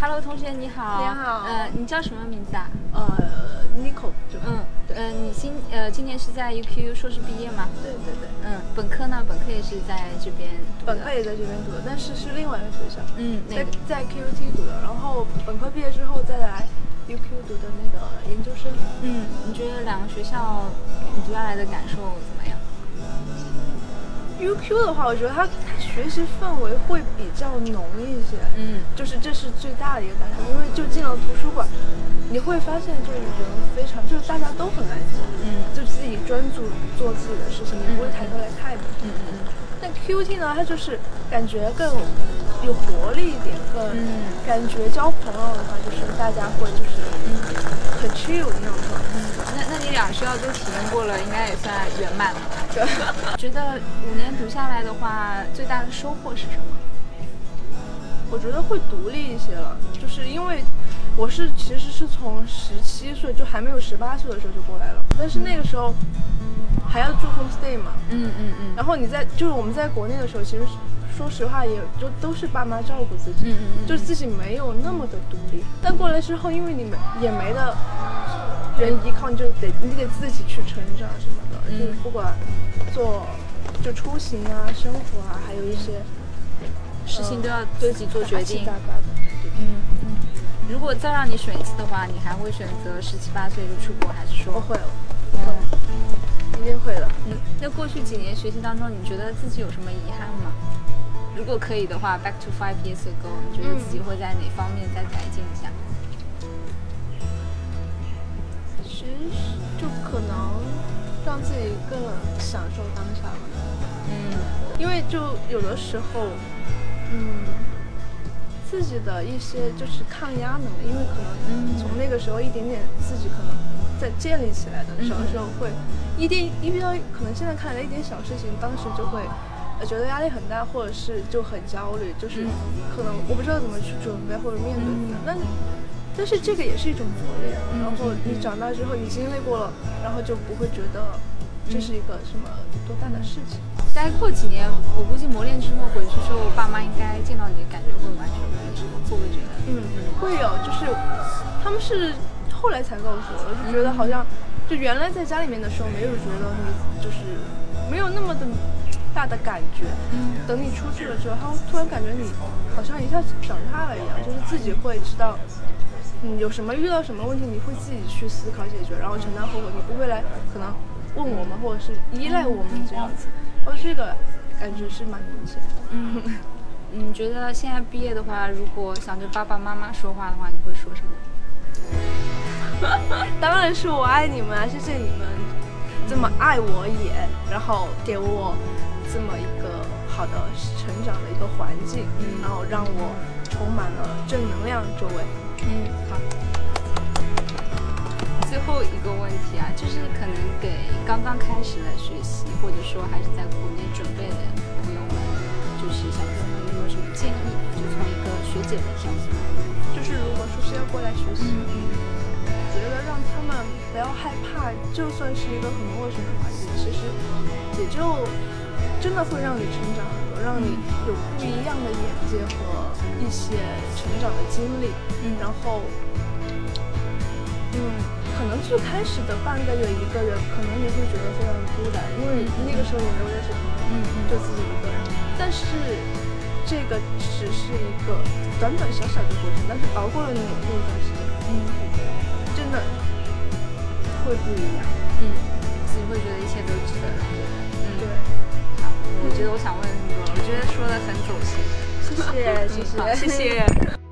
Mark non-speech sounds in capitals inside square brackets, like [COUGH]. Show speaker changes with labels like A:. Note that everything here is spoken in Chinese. A: Hello，同学你好。
B: 你好
A: 呃，你叫什么名字啊？
B: 呃，Nico 就
A: 嗯，呃，你今呃今年是在 UQ 硕士毕业吗？
B: 对对对，
A: 嗯，本科呢？本科也是在这边读的。
B: 本科也在这边读的，但是是另外一个学校，
A: 嗯，那
B: 在
A: 个
B: 在 QUT 读的，然后本科毕业之后再来 UQ 读的那个研究生，
A: 嗯，你觉得两个学校你读下来的感受怎么样？
B: UQ 的话，我觉得它它学习氛围会比较浓一些，
A: 嗯
B: 就是这是最大的一个感受，因为就进了图书馆，你会发现就是人非常，就是大家都很安静，
A: 嗯
B: 就自己专注做自己的事情，你不会抬头来看你。
A: 嗯嗯
B: 但 QT 呢，它就是感觉更有活力一点，更、
A: 嗯
B: 感觉交朋友的话，就是大家会就是很 chill 那种状态。
A: 嗯。那那你两个学校都体验过了，应该也算圆满了。
B: 对，
A: 觉得五年读下来的话，最大的收获是什么？
B: 我觉得会独立一些了，就是因为我是其实是从十七岁就还没有十八岁的时候就过来了，但是那个时候还要住 homestay 嘛，
A: 嗯嗯嗯。
B: 然后你在就是我们在国内的时候，其实说实话也就都是爸妈照顾自己，
A: 嗯嗯嗯
B: 就自己没有那么的独立。但过来之后，因为你们也没得人依靠，你就得你得自己去成长什么的，
A: 嗯
B: 就是不管做就出行啊、生活啊，还有一些呃
A: 事情都要自己做决
B: 杂七
A: 定
B: 杂。八的。对对对
A: 嗯嗯。如果再让你选一次的话，你还会选择十七八岁就出国，还是
B: 我
A: 说？
B: 会，会一定会的。
A: 嗯。那过去几年学习当中，你觉得自己有什么遗憾吗？如果可以的话，back to five years ago，你觉得自己会在哪方面再改进一下？
B: 其实就可能让自己更享受当下吧。
A: 嗯
B: 因为就有的时候，嗯，自己的一些就是抗压能力，因为可
A: 嗯
B: 能从那个时候一点点自己可能在建立起来的时候，
A: 嗯
B: 就会一点一遇到可能现在看来的一点小事情，当时就会。呃觉得压力很大，或者是就很焦虑，就是
A: 嗯
B: 可能我不知道怎么去准备或者面对
A: 嗯
B: 它。但是，但是这个也是一种磨练。
A: 嗯
B: 然后
A: 嗯
B: 你
A: 嗯
B: 长大之后，你经历过了，然后就不会觉得这是一个什么多大的事情。
A: 待过几年，我估计磨练之后回去之后，爸妈应该见到你的感觉会完全不一样，会不会觉得？
B: 嗯，会有，就是他们是后来才告诉我的，就觉得好像就原来在家里面的时候没有觉得你就是没有那么的大的感觉，
A: 嗯
B: 等你出去了之后，他会突然感觉你好像一下子长大了一样，就是自己会知道。嗯，有什么遇到什么问题，你会自己去思考解决，然后承担后果，你不会来可能问我们或者是依赖我们这样子。哦，这个感觉是蛮明显的。
A: 嗯。你觉得现在毕业的话，如果想对爸爸妈妈说话的话，你会说什么？
B: 当然是我爱你们啊，谢谢你们这么爱我也，然后给我这么一个好的成长的一个环境，
A: 嗯
B: 然后让我充满了正能量。周围，
A: 嗯，好。最后一个问题啊，就是可能给刚刚开始的学习，或者说还是在国内准备的朋友们，就是小朋友们有没有什么建议？就从一个学姐的角度。
B: 就是如果说是要过来学习，觉得让他们不要害怕，就算是一个很陌生的环境，其实也就真的会让你成长很多，让你有不一样的眼界和一些成长的经历。
A: 嗯
B: 然后，嗯，可能最开始的半个月、一个月，可能你会觉得非常孤单，因为那个时候也没有认识朋友，
A: 嗯嗯
B: 就自己一个人。但是这个只是一个短短小小的过程，但是熬过了那那一段时间，
A: 嗯
B: 真的会不一样。
A: 嗯，自己会觉得一切都值得了。嗯，
B: 对，
A: 好。我觉得我想问很多了，我觉得说的很走心。
B: [LAUGHS] 谢谢，谢
A: 好 [LAUGHS]
B: 谢，
A: 谢谢。